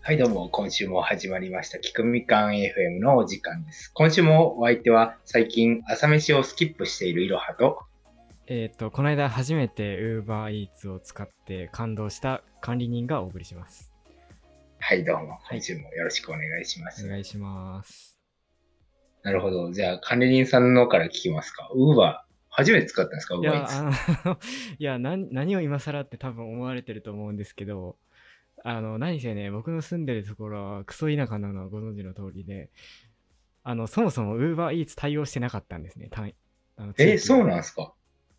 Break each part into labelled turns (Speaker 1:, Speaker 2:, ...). Speaker 1: はい、どうも、今週も始まりました、きくみかん FM のお時間です。今週もお相手は、最近、朝飯をスキップしているいろはと、
Speaker 2: えっ、と、この間初めて UberEats を使って感動した管理人がお送りします。
Speaker 1: はい、どうも、今週もよろしくお願いしま
Speaker 2: お
Speaker 1: す。
Speaker 2: 願いします。
Speaker 1: なるほど。じゃあ、管理人さんの方から聞きますか。ウーバー、初めて使ったんですか、ウー
Speaker 2: い
Speaker 1: バーイ
Speaker 2: や、あの、 いや何、何を今更って多分思われてると思うんですけど、あの、何せね、僕の住んでるところはクソ田舎なのはご存知の通りで、あの、そもそも UberEats 対応してなかったんですね、単位。あの地域
Speaker 1: え、
Speaker 2: が
Speaker 1: そうなんですか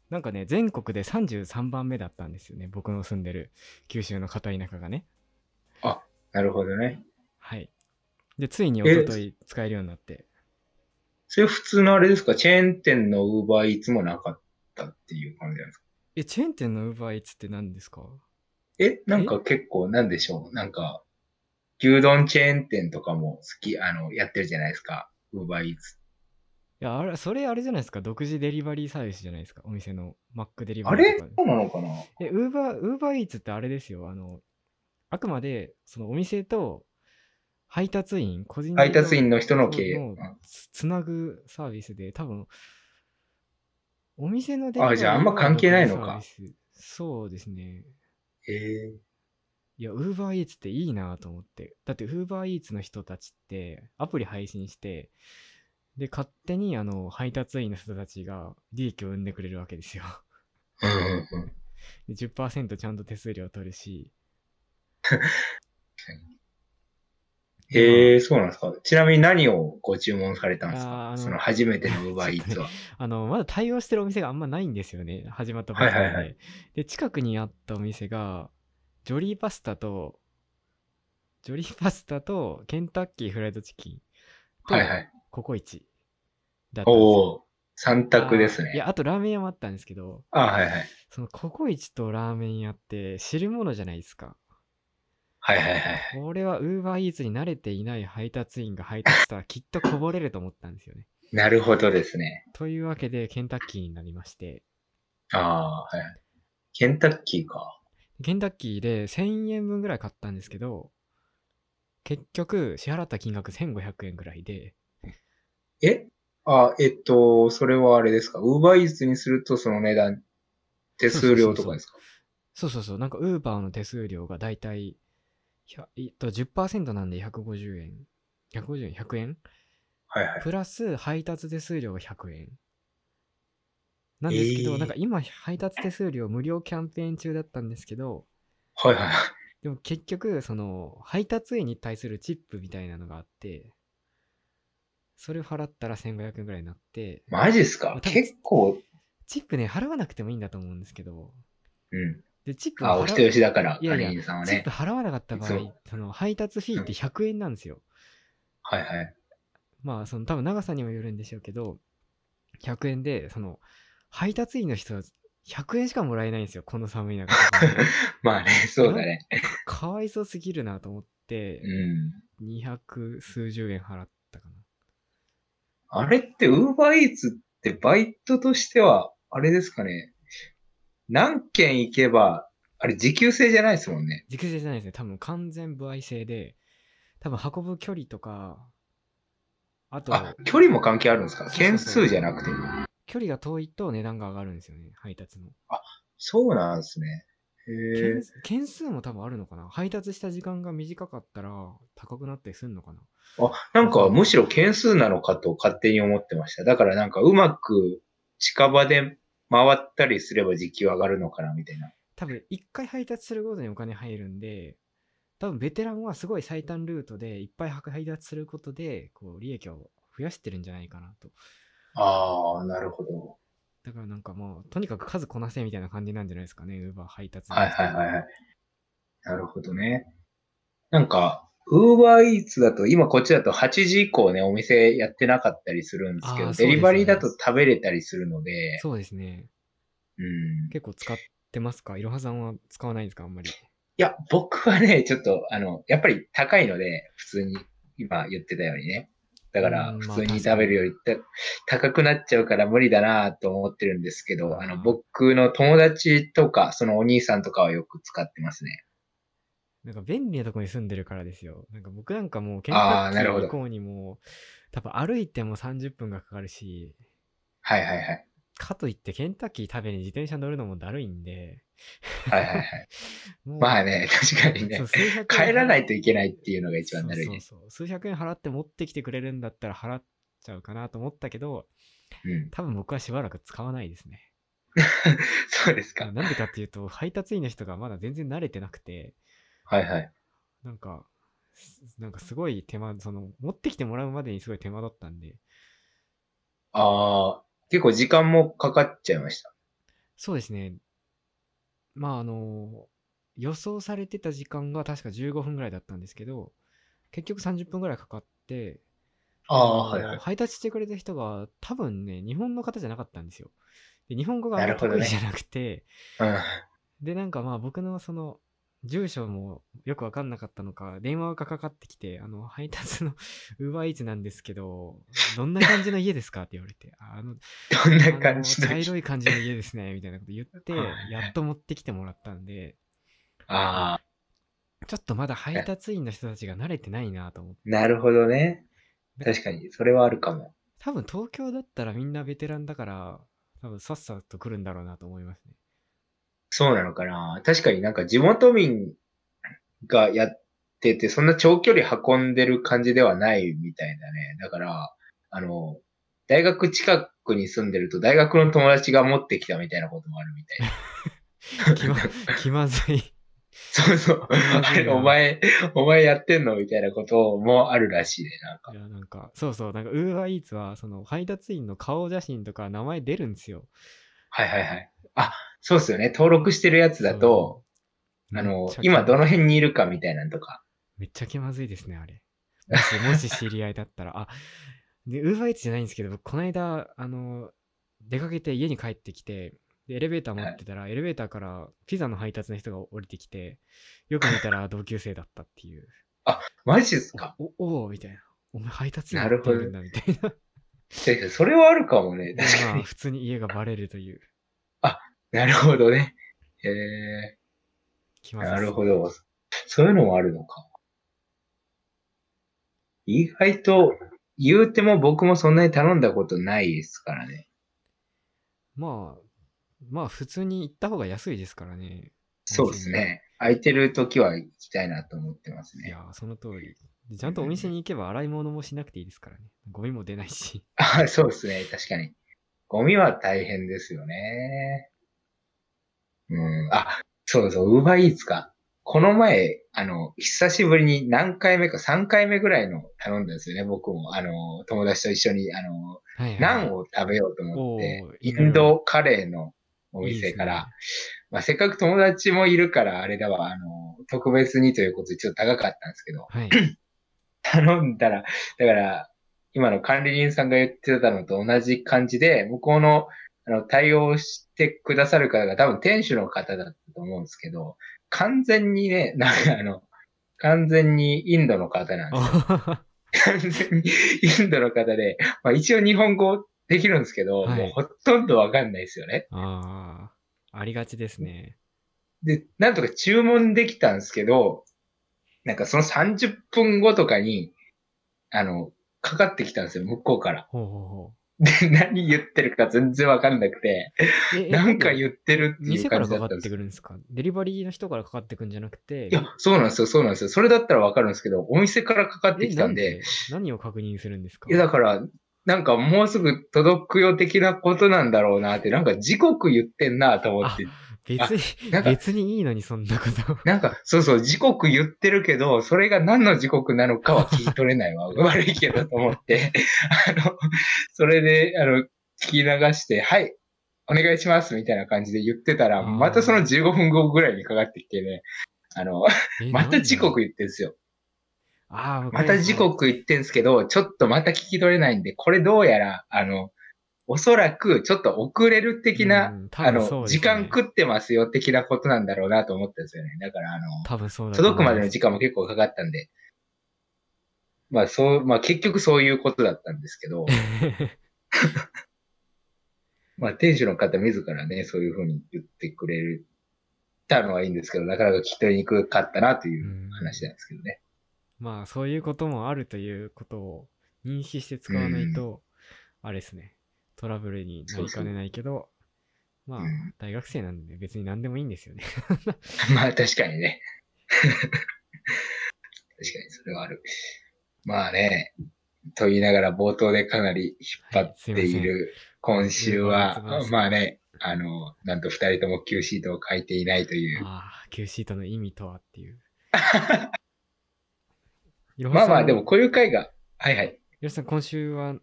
Speaker 2: なんかね、全国で33番目だったんですよね、僕の住んでる九州の片田舎がね。
Speaker 1: なるほどね。
Speaker 2: はい。で、ついに
Speaker 1: え
Speaker 2: 一昨日使えるようになって。
Speaker 1: それ普通のあれですかチェーン店のウーバーいつもなかったっていう感じなんですか
Speaker 2: え、チェーン店の UberEats って何ですか
Speaker 1: え、なんか結構なんでしょうなんか、牛丼チェーン店とかも好き、あの、やってるじゃないですか。ウーバーイーツ。
Speaker 2: いや、あれ、それあれじゃないですか。独自デリバリーサービスじゃないですか。お店のマックデリバ
Speaker 1: あ
Speaker 2: リー
Speaker 1: れそ
Speaker 2: とかで。
Speaker 1: うなのかな
Speaker 2: え、Uber、UberEats ってあれですよ。あの、あくまで、そのお店と配達員、個人
Speaker 1: 配達員
Speaker 2: の
Speaker 1: の人の経営。
Speaker 2: そう
Speaker 1: うん
Speaker 2: つつなぐサービスで、多分、お店のデ
Speaker 1: あじゃああんま関係ないのか。
Speaker 2: そうですね。
Speaker 1: へえ
Speaker 2: いや、UberEats っていいなと思って。だって UberEats の人たちってアプリ配信して、で、勝手にあの配達員の人たちが利益を生んでくれるわけですよ。
Speaker 1: うんうんうん。
Speaker 2: で10%ちゃんと手数料取る し。
Speaker 1: へえ、そうなんですか。ちなみに何をご注文されたんです
Speaker 2: あーあ
Speaker 1: か
Speaker 2: の
Speaker 1: その初めてのウーバーイーツは。
Speaker 2: あの、まだ対応してるお店があんまないんですよね。始まったばっかりで。
Speaker 1: はいはいは
Speaker 2: で、近くにあったお店が、ジョリーパスタと、ジョリーパスタとケンタッキーフライドチキンと
Speaker 1: はいはい。
Speaker 2: ココイチだったんですよ。
Speaker 1: おお、三択です
Speaker 2: あーい
Speaker 1: ね。
Speaker 2: や、あとラーメン屋もあったんですけど、
Speaker 1: あはいはい。
Speaker 2: そのココイチとラーメン屋って汁物じゃないですか。
Speaker 1: はいはいはい。
Speaker 2: これは UberEats に慣れていない配達員が配達したらきっとこぼれると思ったんですよね。
Speaker 1: なるほどですね。
Speaker 2: というわけでケンタッキーになりまして、
Speaker 1: ああー、はいはい。ケンタッキーか。
Speaker 2: ケンタッキーで1000円分ぐらい買ったんですけど、結局支払った金額1500円ぐらいで、
Speaker 1: えあ、えっと、それはあれですか。ウーバーイーツにするとその値段、手数料とかですか
Speaker 2: そうそうそう、なんか Uber の手数料がだいたい10%なんで150円、150円、100円
Speaker 1: はいはい。
Speaker 2: プラス配達手数料が100円。なんですけど、
Speaker 1: えー
Speaker 2: なんか今配達手数料無料キャンペーン中だったんですけど、
Speaker 1: はいはいはい。
Speaker 2: でも結局、その配達員に対するチップみたいなのがあって、それを払ったら1500円ぐらいになって、
Speaker 1: マジっすか
Speaker 2: 多分
Speaker 1: 結構、
Speaker 2: チップね、払わなくてもいいんだと思うんですけど、
Speaker 1: うん。
Speaker 2: で、チップを
Speaker 1: あ、お人よしだから、
Speaker 2: いやいや
Speaker 1: 管理人さんは
Speaker 2: チッ
Speaker 1: ね
Speaker 2: プ。払わなかった場
Speaker 1: そ
Speaker 2: 合
Speaker 1: う、
Speaker 2: その配達フィーって100円なんですよ。
Speaker 1: はいはい。
Speaker 2: まあその多分長さにもよるんでしょうけど100円でその配達員の人は100円しかもらえないんですよこの寒 い中
Speaker 1: まあね、そうだね。
Speaker 2: かわいそうすぎるなと思っ
Speaker 1: う
Speaker 2: て
Speaker 1: ん。
Speaker 2: 200数十円払ったかな
Speaker 1: あれって、ウーバーイーツってバイトとしては、あれですかね。何件行けば、あれ時給制じゃないですもんね。
Speaker 2: 熟成じゃないですね多分完全歩合制で多分運ぶ距離とかあと
Speaker 1: あ、距離も関係あるんですか
Speaker 2: そうそうそう
Speaker 1: 件数じゃなくて。
Speaker 2: 距離が遠いと値段が上がるんですよね配達の
Speaker 1: そうなんですね。へえ
Speaker 2: 件。件数も多分あるのかな配達した時間が短かったら高くなったりするのかな
Speaker 1: あ、なんかむしろ件数なのかと勝手に思ってました。だからなんかうまく近場で回ったりすれば時給上がるのかなみたいな。
Speaker 2: 多分一回配達するごとにお金入るんで多分ベテランはすごい最短ルートでいっぱい配達することでこう利益を増やしてるんじゃないかなと
Speaker 1: ああ、なるほど。
Speaker 2: だからなんかもうとにかく数こなせみたいな感じなんじゃないですかねウーバー配達
Speaker 1: はいはいはいはい。なるほどね。なんか、ウーバーイーツだと、今こっちだと8時以降ね、お店やってなかったりするんですけ
Speaker 2: あ
Speaker 1: ど、
Speaker 2: ーそ
Speaker 1: デ
Speaker 2: うですね
Speaker 1: リバリーだと食べれたりするので、
Speaker 2: そうですね
Speaker 1: うん。
Speaker 2: 結構使ってますかいろはさんは使わないんですかあんまり
Speaker 1: いや、僕はね、ちょっと、あの、やっぱり高いので、普通に、今言ってたようにね。だから
Speaker 2: う、んまあ
Speaker 1: 普通に食べるよりた、高くなっちゃうから無理だなと思ってるんですけど、あ
Speaker 2: あ
Speaker 1: の、
Speaker 2: ー
Speaker 1: 僕の友達とか、そのお兄さんとかはよく使ってますね。
Speaker 2: なんか便利なとこに住んでるからですよ。なんか僕なんかもう、ケン
Speaker 1: あ
Speaker 2: タ
Speaker 1: ー
Speaker 2: ッ
Speaker 1: な
Speaker 2: キ
Speaker 1: るほ
Speaker 2: ー
Speaker 1: ど
Speaker 2: 行こうにも、多分歩いても30分がかかるし、
Speaker 1: はいはいはい。
Speaker 2: かといってケンタッキー食べに自転車乗るのもだるいんで、
Speaker 1: はいはいはい。
Speaker 2: もう
Speaker 1: まあね、 確かにね
Speaker 2: そう。数百円
Speaker 1: 帰らないといけないっていうのが一番だるいね。
Speaker 2: そうそうそう数百円払って持ってきてくれるんだったら払っちゃうかなと思ったけど、
Speaker 1: うん。
Speaker 2: 多分僕はしばらく使わないですね。
Speaker 1: そうですか。
Speaker 2: なんでかっていうと、配達員の人がまだ全然慣れてなくて、
Speaker 1: はいはい。
Speaker 2: なんか、すなんかすごい手間、その、持ってきてもらうまでにすごい手間だったんで、
Speaker 1: ああ、結構時間もかかっちゃいました。
Speaker 2: そうですね。まあ、あの、予想されてた時間が確か15分ぐらいだったんですけど、結局30分ぐらいかかって、
Speaker 1: ああ、は
Speaker 2: の
Speaker 1: いはい。
Speaker 2: 配達してくれた人が多分ね、日本の方じゃなかったんですよ。で日本語があんま
Speaker 1: なるほど
Speaker 2: 得
Speaker 1: ね
Speaker 2: 意じゃなくて、
Speaker 1: うん。
Speaker 2: で、なんかまあ僕のその、住所もよくわかんなかったのか、電話がかかってきて、あの、配達の Uber Eats なんですけど、どんな感じの家ですかって言われて、ああ
Speaker 1: ど
Speaker 2: の、
Speaker 1: ん
Speaker 2: あ
Speaker 1: な感
Speaker 2: の
Speaker 1: じの
Speaker 2: 茶色い感じの家ですね、みたいなこと言って、
Speaker 1: はい
Speaker 2: やっと持ってきてもらったんで、
Speaker 1: ああ、
Speaker 2: ちょっとまだ配達員の人たちが慣れてないなと思って、
Speaker 1: なるほどね。確かに、それはあるかも。
Speaker 2: 多分東京だったらみんなベテランだから、多分さっさと来るんだろうなと思いますね。
Speaker 1: そうなのかな。確かになんか地元民がやってて、そんな長距離運んでる感じではないみたいだね。だから、あの、大学近くに住んでると大学の友達が持ってきたみたいなこともあるみたいな。
Speaker 2: 気ま気まずい。
Speaker 1: そうそう。
Speaker 2: ま
Speaker 1: あ
Speaker 2: ずい
Speaker 1: れ、
Speaker 2: な
Speaker 1: お前、お前やってんのみたいなこともあるらしいね。なんか
Speaker 2: い。や、なんか、そうそう、なんか、ウーバーイーツは、その、配達員の顔写真とか名前出るんですよ。
Speaker 1: はいはいはい。あ、そうっすよね。登録してるやつだと、
Speaker 2: そう、
Speaker 1: あ
Speaker 2: め
Speaker 1: の
Speaker 2: っちゃ、気ま
Speaker 1: 今どの辺にいるかみたいなのとか。
Speaker 2: めっちゃ気まずいですね、あれ。もし、 もし知り合いだったら、あ、で、ウーバーイーツじゃないんですけど、僕この間、あの、出かけて家に帰ってきて、でエレベーター持ってたら、エレベーターからピザの配達の人が降りてきて、よく見たら同級生だったっ ていう。
Speaker 1: マジっす か
Speaker 2: お、おおーみたいな。お前配達員や
Speaker 1: な
Speaker 2: って
Speaker 1: るほど
Speaker 2: るんだ、みたい
Speaker 1: 確
Speaker 2: な。
Speaker 1: かにそれはあるかもね。
Speaker 2: で
Speaker 1: 確か
Speaker 2: まあ、
Speaker 1: に。
Speaker 2: 普通に家がバレるという。
Speaker 1: なるほどね。へえ
Speaker 2: 気まずいっ
Speaker 1: な
Speaker 2: すね
Speaker 1: るほど。そういうのもあるのか。意外と、言うても僕もそんなに頼んだことないですからね。
Speaker 2: まあ、まあ普通に行った方が安いですからね。
Speaker 1: そうですね。空いてる時は行きたいなと思ってます
Speaker 2: い
Speaker 1: ね。
Speaker 2: やー、その通り。でちゃんとお店に行けば洗い物もしなくていいですからね。ゴミも出ないし。
Speaker 1: あそうですね。確かに。ゴミは大変ですよね。うん。あ、そうそう、ウーバーイーツか。この前、あの、久しぶりに何回目か、3回目ぐらいの頼んだんですよね。僕も、あの、友達と一緒に、あの、
Speaker 2: はいはい、
Speaker 1: ナンを食べようと思って
Speaker 2: おー、
Speaker 1: インドカレーのお店から、
Speaker 2: いいで
Speaker 1: まあ、せっかく友達もいるから、あれだわ、あの、特別にということでちょっと高かったんですけど、
Speaker 2: す ね。
Speaker 1: 頼んだら、だから、今の管理人さんが言ってたのと同じ感じで、向こうの、あの、対応してくださる方が多分店主の方だったと思うんですけど、完全にね、なんかあの、完全にインドの方なんですよ
Speaker 2: はい。
Speaker 1: 完全にインドの方で、まあ、一応日本語できるんですけど、
Speaker 2: はい
Speaker 1: もうほとんどわかんないですよね。
Speaker 2: ああ、ありがちですね。
Speaker 1: で、なんとか注文できたんですけど、なんかその30分後とかに、あの、かかってきたんですよ、向こうから。
Speaker 2: ほうほうほ
Speaker 1: で、 何言ってるか全然わかんなくて、
Speaker 2: う。ええ
Speaker 1: なんか
Speaker 2: で
Speaker 1: 言ってるっていう
Speaker 2: 店か
Speaker 1: 感
Speaker 2: ら
Speaker 1: じだ
Speaker 2: か
Speaker 1: っ
Speaker 2: か
Speaker 1: た
Speaker 2: っ
Speaker 1: んで
Speaker 2: て
Speaker 1: す
Speaker 2: くるんですかデリバリーの人からかかってくるんじゃなくて。
Speaker 1: いや、そうなんですよ、そうなんですよ。それだったらわかるんですけど、お店からかかって
Speaker 2: え
Speaker 1: きた
Speaker 2: なん
Speaker 1: んで、
Speaker 2: で何を確認するんですか
Speaker 1: いや、だから、なんかもうすぐ届くよ的なことなんだろうなって、なんか時刻言ってんなと思って、
Speaker 2: 別に
Speaker 1: なん、か
Speaker 2: 別にいいのにそんなこと。
Speaker 1: なんか、そうそう、時刻言ってるけど、それが何の時刻なのかは聞き取れない わ。悪いけどと思って、あの、それで、あの、聞き流して、はい、お願いします、みたいな感じで言ってた
Speaker 2: あ
Speaker 1: ら、
Speaker 2: ー
Speaker 1: またその15分後ぐらいにかかってきてね、あの、
Speaker 2: え
Speaker 1: また時。
Speaker 2: なんで
Speaker 1: 刻言ってんすよ。
Speaker 2: ああ、わか
Speaker 1: ま
Speaker 2: りす
Speaker 1: た時。刻言ってんすけど、ちょっとまた聞き取れないんで、これどうやら、あの、おそらくちょっと遅れる的な、
Speaker 2: うん、多
Speaker 1: あ
Speaker 2: 分そう
Speaker 1: の、
Speaker 2: ですね
Speaker 1: 時間食ってますよ的なことなんだろうなと思ったんですよね。だから、あの、
Speaker 2: 多分そうだと思い
Speaker 1: 届くま
Speaker 2: す
Speaker 1: での時間も結構かかったんで、まあそう、まあ結局そういうことだったんです けど、まあ店主の方自らね、そういうふうに言ってくれるたのはいいんですけど、なかなか聞き取りにくかったなといううん話なんですけどね。
Speaker 2: まあそういうこともあるということを認識して使わないと、あれですね、トラブルになりかねないけど、まあ
Speaker 1: うん
Speaker 2: 大学生なんで別に何でもいいんですよね。
Speaker 1: まあ確かにね。 確かにそれはある。まあね、と言いながら冒頭でかなり引っ張っている今週は、
Speaker 2: はいすいません
Speaker 1: まあね、あの、なんと二人とも Q シートを書いていないという。
Speaker 2: ああ、Q シートの意味とはっ ていう。いろは
Speaker 1: まあ
Speaker 2: さん
Speaker 1: まあでも、こういう回が、はいはい。
Speaker 2: いろはさん今週は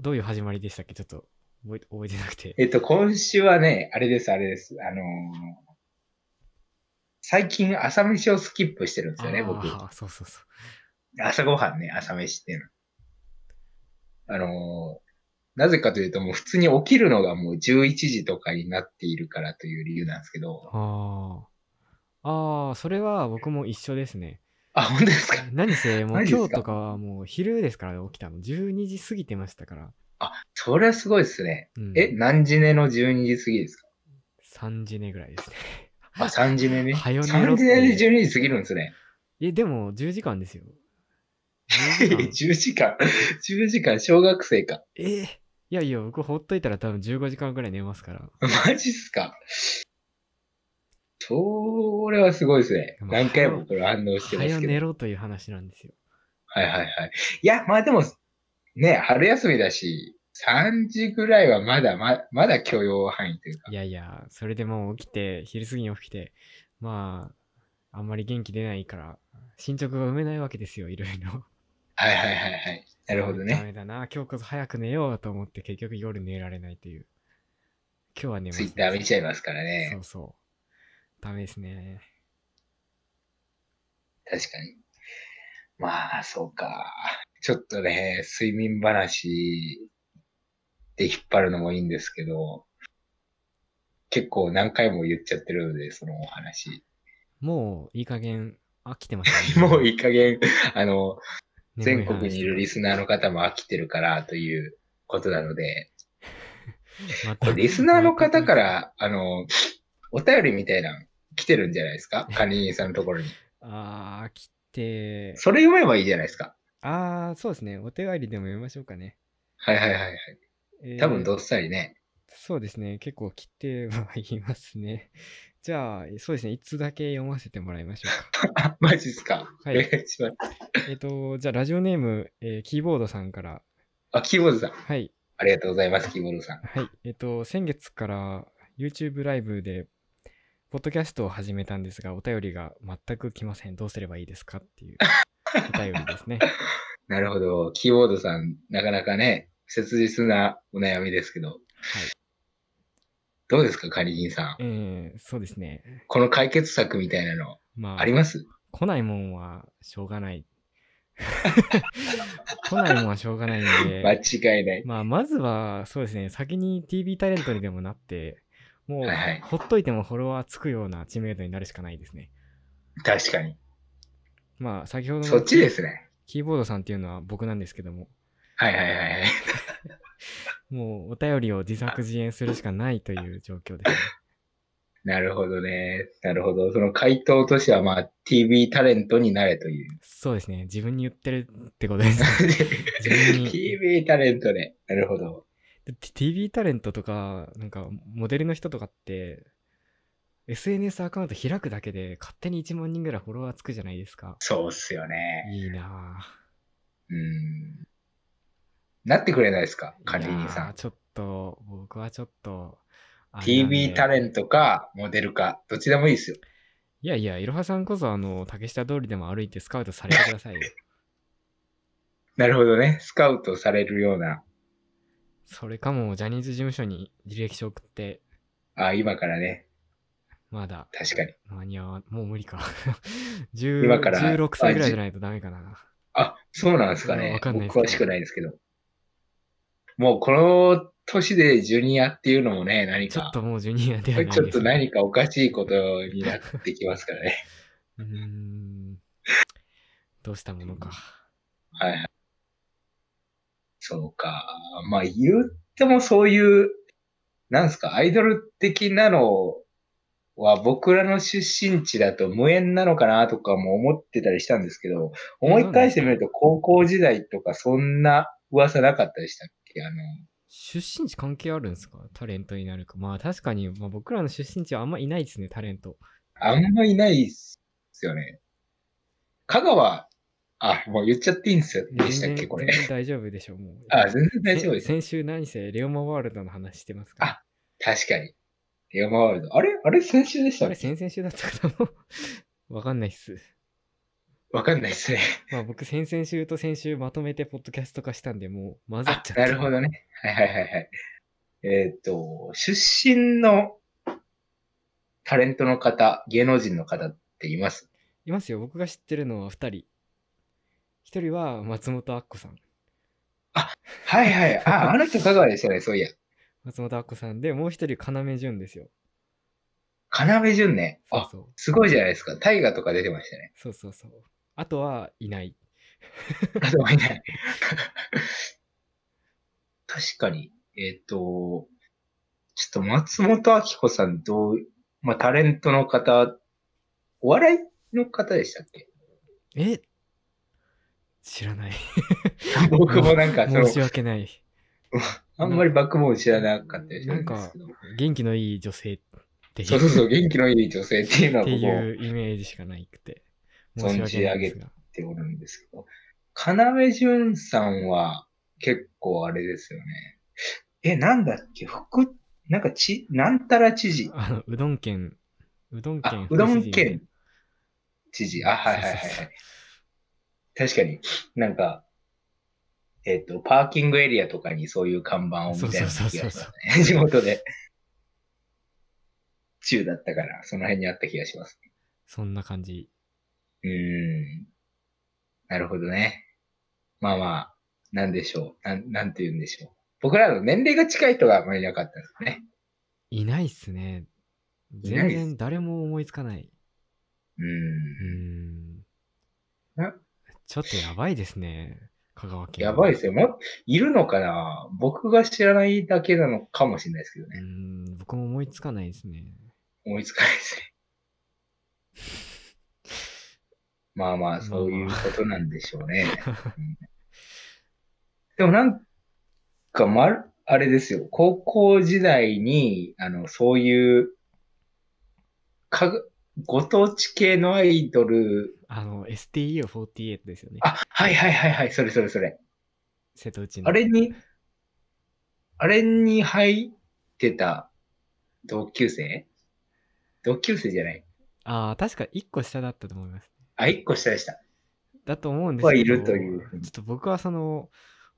Speaker 2: どういう始まりでしたっけちょっと覚え覚えてなくて。
Speaker 1: えっと、今週はね、あれです、あれです。あのー最近朝飯をスキップしてるんですよね、僕。
Speaker 2: ああ、そうそうそう。
Speaker 1: 朝ごはんね、朝飯っていうの。あのーなぜかというと、もう普通に起きるのがもう11時とかになっているからという理由なんですけど。
Speaker 2: ああ。ああ、それは僕も一緒ですね。
Speaker 1: あ、本当ですか
Speaker 2: 何せ、もう
Speaker 1: マジで
Speaker 2: 今
Speaker 1: すか
Speaker 2: 日とかはもう昼ですから起きたの。12時過ぎてましたから。
Speaker 1: あ、それはすごいですね。
Speaker 2: うん、
Speaker 1: え、何時寝の12時過ぎですか
Speaker 2: ?3 時寝ぐらいですね。
Speaker 1: あ、3時寝ね。
Speaker 2: 早寝ろ
Speaker 1: 3
Speaker 2: って
Speaker 1: 時寝で12時過ぎるんですね。
Speaker 2: え、でも10時間ですよ。10時 間
Speaker 1: 10時間、10時間、小学生か。
Speaker 2: えーいやいや、僕ほっといたら多分15時間ぐらい寝ますから。
Speaker 1: マジっすか。それはすごいですね。
Speaker 2: まあ
Speaker 1: 何回もこれ反応してます
Speaker 2: 早
Speaker 1: け
Speaker 2: 寝
Speaker 1: ど。
Speaker 2: ろという話なんですよ。
Speaker 1: はいはいはい。いや、まあでも、ね、春休みだし、3時ぐらいはまだ、ままだ許容範囲というか
Speaker 2: い。やいや、それでもう起きて、昼過ぎに起きて、まあ、あんまり元気出ないから、進捗が埋めないわけですよ、いろいろ。
Speaker 1: はいはいはいはい。なるほど
Speaker 2: ダ
Speaker 1: ね。
Speaker 2: メだな、今日こそ早く寝ようと思って結局夜寝られないという。今日は寝ます
Speaker 1: ツ
Speaker 2: ね、
Speaker 1: イッター見ちゃいますから
Speaker 2: そ
Speaker 1: ね。
Speaker 2: うそう。ダメですね。
Speaker 1: 確かに。まあ、そうか。ちょっとね、睡眠話で引っ張るのもいいんですけど、結構何回も言っちゃってるので、そのお話。
Speaker 2: もういい加減飽きてました ね。
Speaker 1: もういい加減、あの、
Speaker 2: 眠
Speaker 1: 全
Speaker 2: い話とか
Speaker 1: 国にいるリスナーの方も飽きてるからということなの で、
Speaker 2: ま
Speaker 1: こ
Speaker 2: た
Speaker 1: れ リスナーの方から、あの、お便りみたいなの来てるんじゃないですか管理人さんのと ころに。
Speaker 2: あー、来て。
Speaker 1: それ読めばいいじゃないですか。
Speaker 2: ああ、そうですね。お手りでも読みましょうかね。
Speaker 1: はいはいはいはい。
Speaker 2: えー
Speaker 1: 多分どっさりね。
Speaker 2: そうですね。結構切ってはいますね。 じゃあ、そうですね。一通だけ読ませてもらいましょうか。
Speaker 1: あ、マジっすか。
Speaker 2: は
Speaker 1: お
Speaker 2: い
Speaker 1: 願いします。
Speaker 2: えっと、じゃあ、ラジオネーム、えーキーボードさんから。
Speaker 1: あ、キーボードさん。
Speaker 2: はい。
Speaker 1: ありがとうございます、キーボードさん。
Speaker 2: はい。えっと、先月から YouTube ライブで、ポッドキャストを始めたんですが、お便りが全く来ません。どうすればいいですかっていうお便り ですね。
Speaker 1: なるほど。キーボードさん、なかなかね、切実なお悩みですけど、
Speaker 2: はい。
Speaker 1: どうですか、管理人さん。
Speaker 2: えー、そうですね。
Speaker 1: この解決策みたいなの、
Speaker 2: まあ、
Speaker 1: あります
Speaker 2: 来ないもんはしょうがない。 来ないもんはしょうがないん で。
Speaker 1: 間違いない。
Speaker 2: まあ、まずは、そうですね、先に TV タレントにでもなって、もう、
Speaker 1: はいはい
Speaker 2: ほっといてもフォロワーつくような知名度になるしかないですね。
Speaker 1: 確かに。
Speaker 2: まあ、先ほど
Speaker 1: そ
Speaker 2: の
Speaker 1: っちですね。
Speaker 2: キーボードさんっていうのは僕なんですけども、
Speaker 1: はいはいはいはい。
Speaker 2: もうお便りを自作自演するしかないという状況ですね。
Speaker 1: なるほどね。なるほど。その回答としては、まあ、TV タレントになれと いう。
Speaker 2: そうですね、自分に言ってるってこ とですね。自分に
Speaker 1: TV タレントね。なるほど。
Speaker 2: で TV タレントとか、なんか、モデルの人とかって、SNS アカウント開くだけで勝手に1万人ぐらいフォロワーつくじゃないですか。
Speaker 1: そうっすよね。
Speaker 2: いいなぁ。
Speaker 1: うん。なってくれないですか管理人
Speaker 2: いやー
Speaker 1: さ
Speaker 2: ちょっと、僕はちょっと。あ
Speaker 1: ん。
Speaker 2: れなんで
Speaker 1: TV タレントか、モデルか、どっちでもいいですよ。
Speaker 2: いやいや、いろはさんこそ、あの、竹下通りでも歩いてスカウトされてくださいよ。
Speaker 1: なるほどね。スカウトされるような、
Speaker 2: それかも、ジャニーズ事務所に履歴書送って、
Speaker 1: あ、今からね。
Speaker 2: まだ
Speaker 1: 確かに。
Speaker 2: 間に合わん、もう無理か。10
Speaker 1: 今から
Speaker 2: 16歳ぐらいじゃないとダメかな。
Speaker 1: あ、そうなんですか
Speaker 2: うん
Speaker 1: ね
Speaker 2: わ。かんないですけ
Speaker 1: 僕詳
Speaker 2: ど
Speaker 1: しくないですけど。もうこの年でジュニアっていうのもね、何
Speaker 2: ちょ
Speaker 1: か
Speaker 2: っ。ともうジュニアではないです
Speaker 1: ちょっと何かおかしいことになってきますからね。
Speaker 2: うーん。どうしたものか。
Speaker 1: はい。そうか。まあ言ってもそういう、なんすか、アイドル的なのをは僕らの出身地だと無縁なのかなとかも思ってたりしたんですけど、
Speaker 2: え
Speaker 1: 思い返してみると高校時代とかそんな噂なかったでしたっけあの、
Speaker 2: 出身地関係あるんですかタレントになるか。まあ確かに、まあ、僕らの出身地はあんまいないですね、タレント。
Speaker 1: あんまいないっすよね。香川、あ、もう言っちゃっていいんですよ。でしたっ
Speaker 2: 全
Speaker 1: け
Speaker 2: 然
Speaker 1: これ
Speaker 2: 全。然大丈夫でしょう、もう。
Speaker 1: あ、全然大丈夫
Speaker 2: せ
Speaker 1: です。
Speaker 2: 先週何せ、レオマワールドの話してますから。
Speaker 1: 確かに。レオマワールド。あれあれ先週でした
Speaker 2: あ
Speaker 1: っ
Speaker 2: れ、
Speaker 1: け
Speaker 2: 先々週だったかな わかんないっす。
Speaker 1: わかんないっすね。
Speaker 2: まあ僕、先々週と先週まとめてポッドキャスト化したんで、もう混ざっ
Speaker 1: あ
Speaker 2: ちゃっ、て。
Speaker 1: なるほどね。はいはいはいはい。えーっ、と、出身のタレントの方、芸能人の方っています
Speaker 2: いますよ、僕が知ってるのは2人。1人は松本明子さん。
Speaker 1: はいはい。 あ、あの人香川ですよね、そういや。
Speaker 2: 松本明子さんで、もう1人、要潤ですよ。
Speaker 1: 要潤ね。
Speaker 2: そう
Speaker 1: あ、
Speaker 2: そう。
Speaker 1: すごいじゃないですか。大河とか出てましたね。
Speaker 2: そうそうそう。あとはいない。
Speaker 1: あとはいない。 確かに。えーっ、と、ちょっと松本明子さん、どう、まあ、タレントの方、お笑いの方でしたっけ
Speaker 2: え知らない。
Speaker 1: 僕もなんか、その
Speaker 2: 申、し訳ない。
Speaker 1: あんまりバックボーン知らなかったりするんですけど。
Speaker 2: 元気のいい女性っていう
Speaker 1: そうそうそう、元気のいい女性っていうのは
Speaker 2: って
Speaker 1: 僕もっ
Speaker 2: いうイメージしかないくて。申し
Speaker 1: 存
Speaker 2: 訳
Speaker 1: じ
Speaker 2: な
Speaker 1: 上
Speaker 2: いで
Speaker 1: げ
Speaker 2: すが。
Speaker 1: ておるんですけど。要潤さんは結構あれですよね。え、なんだっけ福、なんかち、なんたら知事。
Speaker 2: あの、うどん県、うどん
Speaker 1: あ
Speaker 2: 県、、
Speaker 1: うどん
Speaker 2: 副知事み
Speaker 1: 県知事。あ、はいはいはいは
Speaker 2: そうそうそう
Speaker 1: い。確かになんか、えっ、と、パーキングエリアとかにそういう看板を見たような
Speaker 2: そう
Speaker 1: 気
Speaker 2: そうそ
Speaker 1: がし
Speaker 2: うそう
Speaker 1: ますね。地元で。中だったから、その辺にあった気がします。
Speaker 2: そんな感じ。
Speaker 1: うーん。なるほどね。まあまあ、なんでしょう。なん、なんて言うんでしょう。僕らの年齢が近い人があまりいなかったですね。
Speaker 2: いないっすね。
Speaker 1: いない
Speaker 2: 全
Speaker 1: っす
Speaker 2: 然誰も思いつかない。
Speaker 1: う
Speaker 2: うー
Speaker 1: ーん。
Speaker 2: ん
Speaker 1: な。
Speaker 2: ちょっとやばいですね。香川県。。
Speaker 1: やばいですすよ。も、いるのかな僕が知らないだけなのかもしれないですけど
Speaker 2: うー
Speaker 1: ね。
Speaker 2: ん、僕も思いつかないですね。
Speaker 1: 思いつかないです ね。まあまあ、そういうことなんでしょうね。うんでもなんか、まる、あれですよ。高校時代に、あの、そういう、かぐ、ご当地系のアイドル、
Speaker 2: あの、STU48 ですよね。
Speaker 1: あ、はいはいはいはい、それそれそれ。
Speaker 2: 瀬戸内の。
Speaker 1: あれに、あれに入ってた同級生同級生じゃない。
Speaker 2: ああ、確か1個下だったと思います。
Speaker 1: あ、一個下でした。
Speaker 2: だと思うんですけど。
Speaker 1: はいるという
Speaker 2: ちょっと僕はその、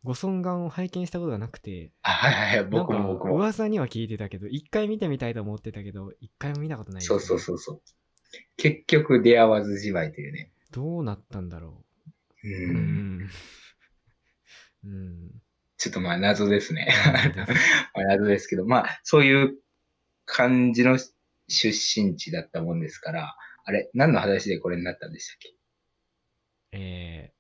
Speaker 2: ご尊顔を拝見したことがなくて、
Speaker 1: あ、はいはいはい、僕
Speaker 2: なんか
Speaker 1: も僕も。
Speaker 2: 噂には聞いてたけど、一回見てみたいと思ってたけど、一回も見たことない、
Speaker 1: そうそう
Speaker 2: う。
Speaker 1: そうそう。結局出会わずじまいというね。
Speaker 2: どうなったんだろう。
Speaker 1: う。
Speaker 2: うんん。うん。
Speaker 1: ちょっとまあ謎ですね。
Speaker 2: そうです
Speaker 1: まあ謎ですけど、まあそういう感じの出身地だったもんですから、あれ、何の話でこれになったんでしたっけ
Speaker 2: えー、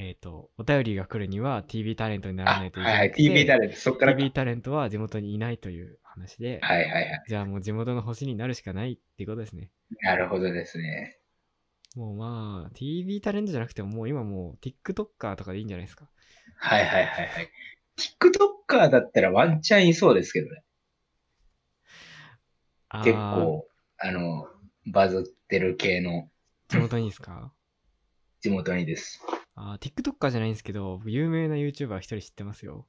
Speaker 2: えっ、と、お便りが来るには TV タレントにならな
Speaker 1: あ
Speaker 2: い、といけ
Speaker 1: はい
Speaker 2: な
Speaker 1: はい、
Speaker 2: くて
Speaker 1: TV タレント、そっからか。
Speaker 2: TV タレントは地元にいないという話で、
Speaker 1: はいはいはい。
Speaker 2: じゃあもう地元の星になるしかないっていうことですね。
Speaker 1: なるほどですね。
Speaker 2: もうまあ、TV タレントじゃなくても、もう今もう TikToker とかでいいんじゃないですか。
Speaker 1: はいはいはいはい。TikToker だったらワンチャンいそうですけどね。
Speaker 2: あー
Speaker 1: 結。構、あの、バズってる系の
Speaker 2: 地元にですか
Speaker 1: 地元にです。
Speaker 2: あー TikToker じゃないんですけど、僕有名な YouTuber 一人知ってますよ。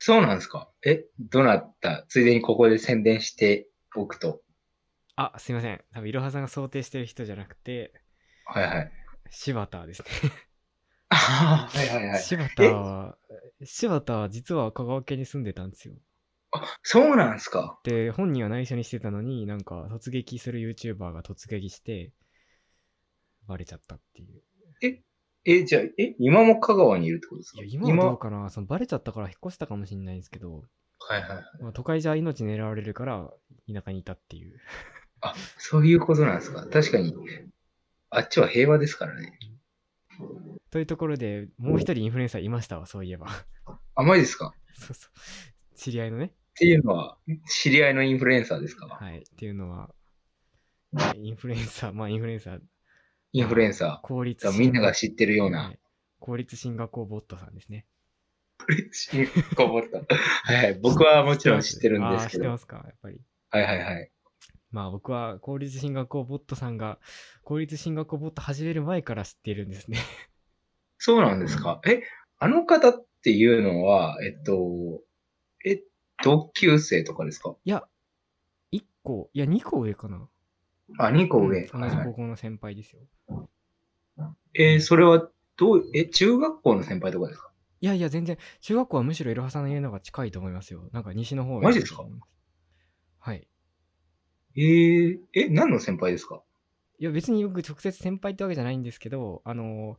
Speaker 1: そうなんですかえ、どなたついでにここで宣伝しておくと。
Speaker 2: あ、すいません。多分いろはさんが想定してる人じゃなくて、
Speaker 1: はいはい。
Speaker 2: 柴田ですね。
Speaker 1: ああ、はいはい はい。
Speaker 2: 柴田は、柴田は実は香川県に住んでたんですよ。
Speaker 1: あ、そうなんですか
Speaker 2: で、本人は内緒にしてたのに、なんか突撃する YouTuber が突撃して、バレちゃったっていう。
Speaker 1: え、じゃあ、え、今も香川にいるってことです
Speaker 2: い
Speaker 1: か
Speaker 2: や、今はどうかなそのバレちゃったから引っ越したかもしれないんですけど、
Speaker 1: はいはいはい。
Speaker 2: まあ、都会じゃ命狙われるから田舎にいたっていう。
Speaker 1: あ、そういうことなんですか確かに、あっちは平和ですからね。
Speaker 2: というところ で、もう一人インフルエンサーいましたわ、そういえば。
Speaker 1: あ、マジですか
Speaker 2: そうそう。知り合いのね。
Speaker 1: ていうのは、知り合いのインフルエンサーですか
Speaker 2: はい。っていうのは、インフルエンサー、まあインフルエンサー、
Speaker 1: インフルエンサ
Speaker 2: 公立
Speaker 1: ー。みんなが
Speaker 2: 進
Speaker 1: 知ってるよう
Speaker 2: は、
Speaker 1: ない
Speaker 2: 公立進学校ボットさんですね。
Speaker 1: 新興ボット。はいはい。僕はもちろん知ってるんですけ
Speaker 2: あー知って
Speaker 1: ど。
Speaker 2: ま
Speaker 1: は
Speaker 2: すか、やっぱり。
Speaker 1: いはいはい。
Speaker 2: まあ僕は公立進学校ボットさんが、公立進学校ボット始める前から知っているんですね。
Speaker 1: そうなんですか。え、あの方っていうのは、えっと、え、同級生とかですか
Speaker 2: いや、1個、いや2個上かな。
Speaker 1: あ、2個上。
Speaker 2: う
Speaker 1: は
Speaker 2: ん同
Speaker 1: い
Speaker 2: じ
Speaker 1: は
Speaker 2: 高
Speaker 1: い
Speaker 2: 校の先輩ですよ。
Speaker 1: えーそれは、どう、え、中学校の先輩とかですか
Speaker 2: いやいや、全然、中学校はむしろいろはさんの家の方が近いと思いますよ。なんか西の方
Speaker 1: マジですか
Speaker 2: はい。
Speaker 1: えー、え、何の先輩ですか
Speaker 2: いや、別に僕直接先輩ってわけじゃないんですけど、あの、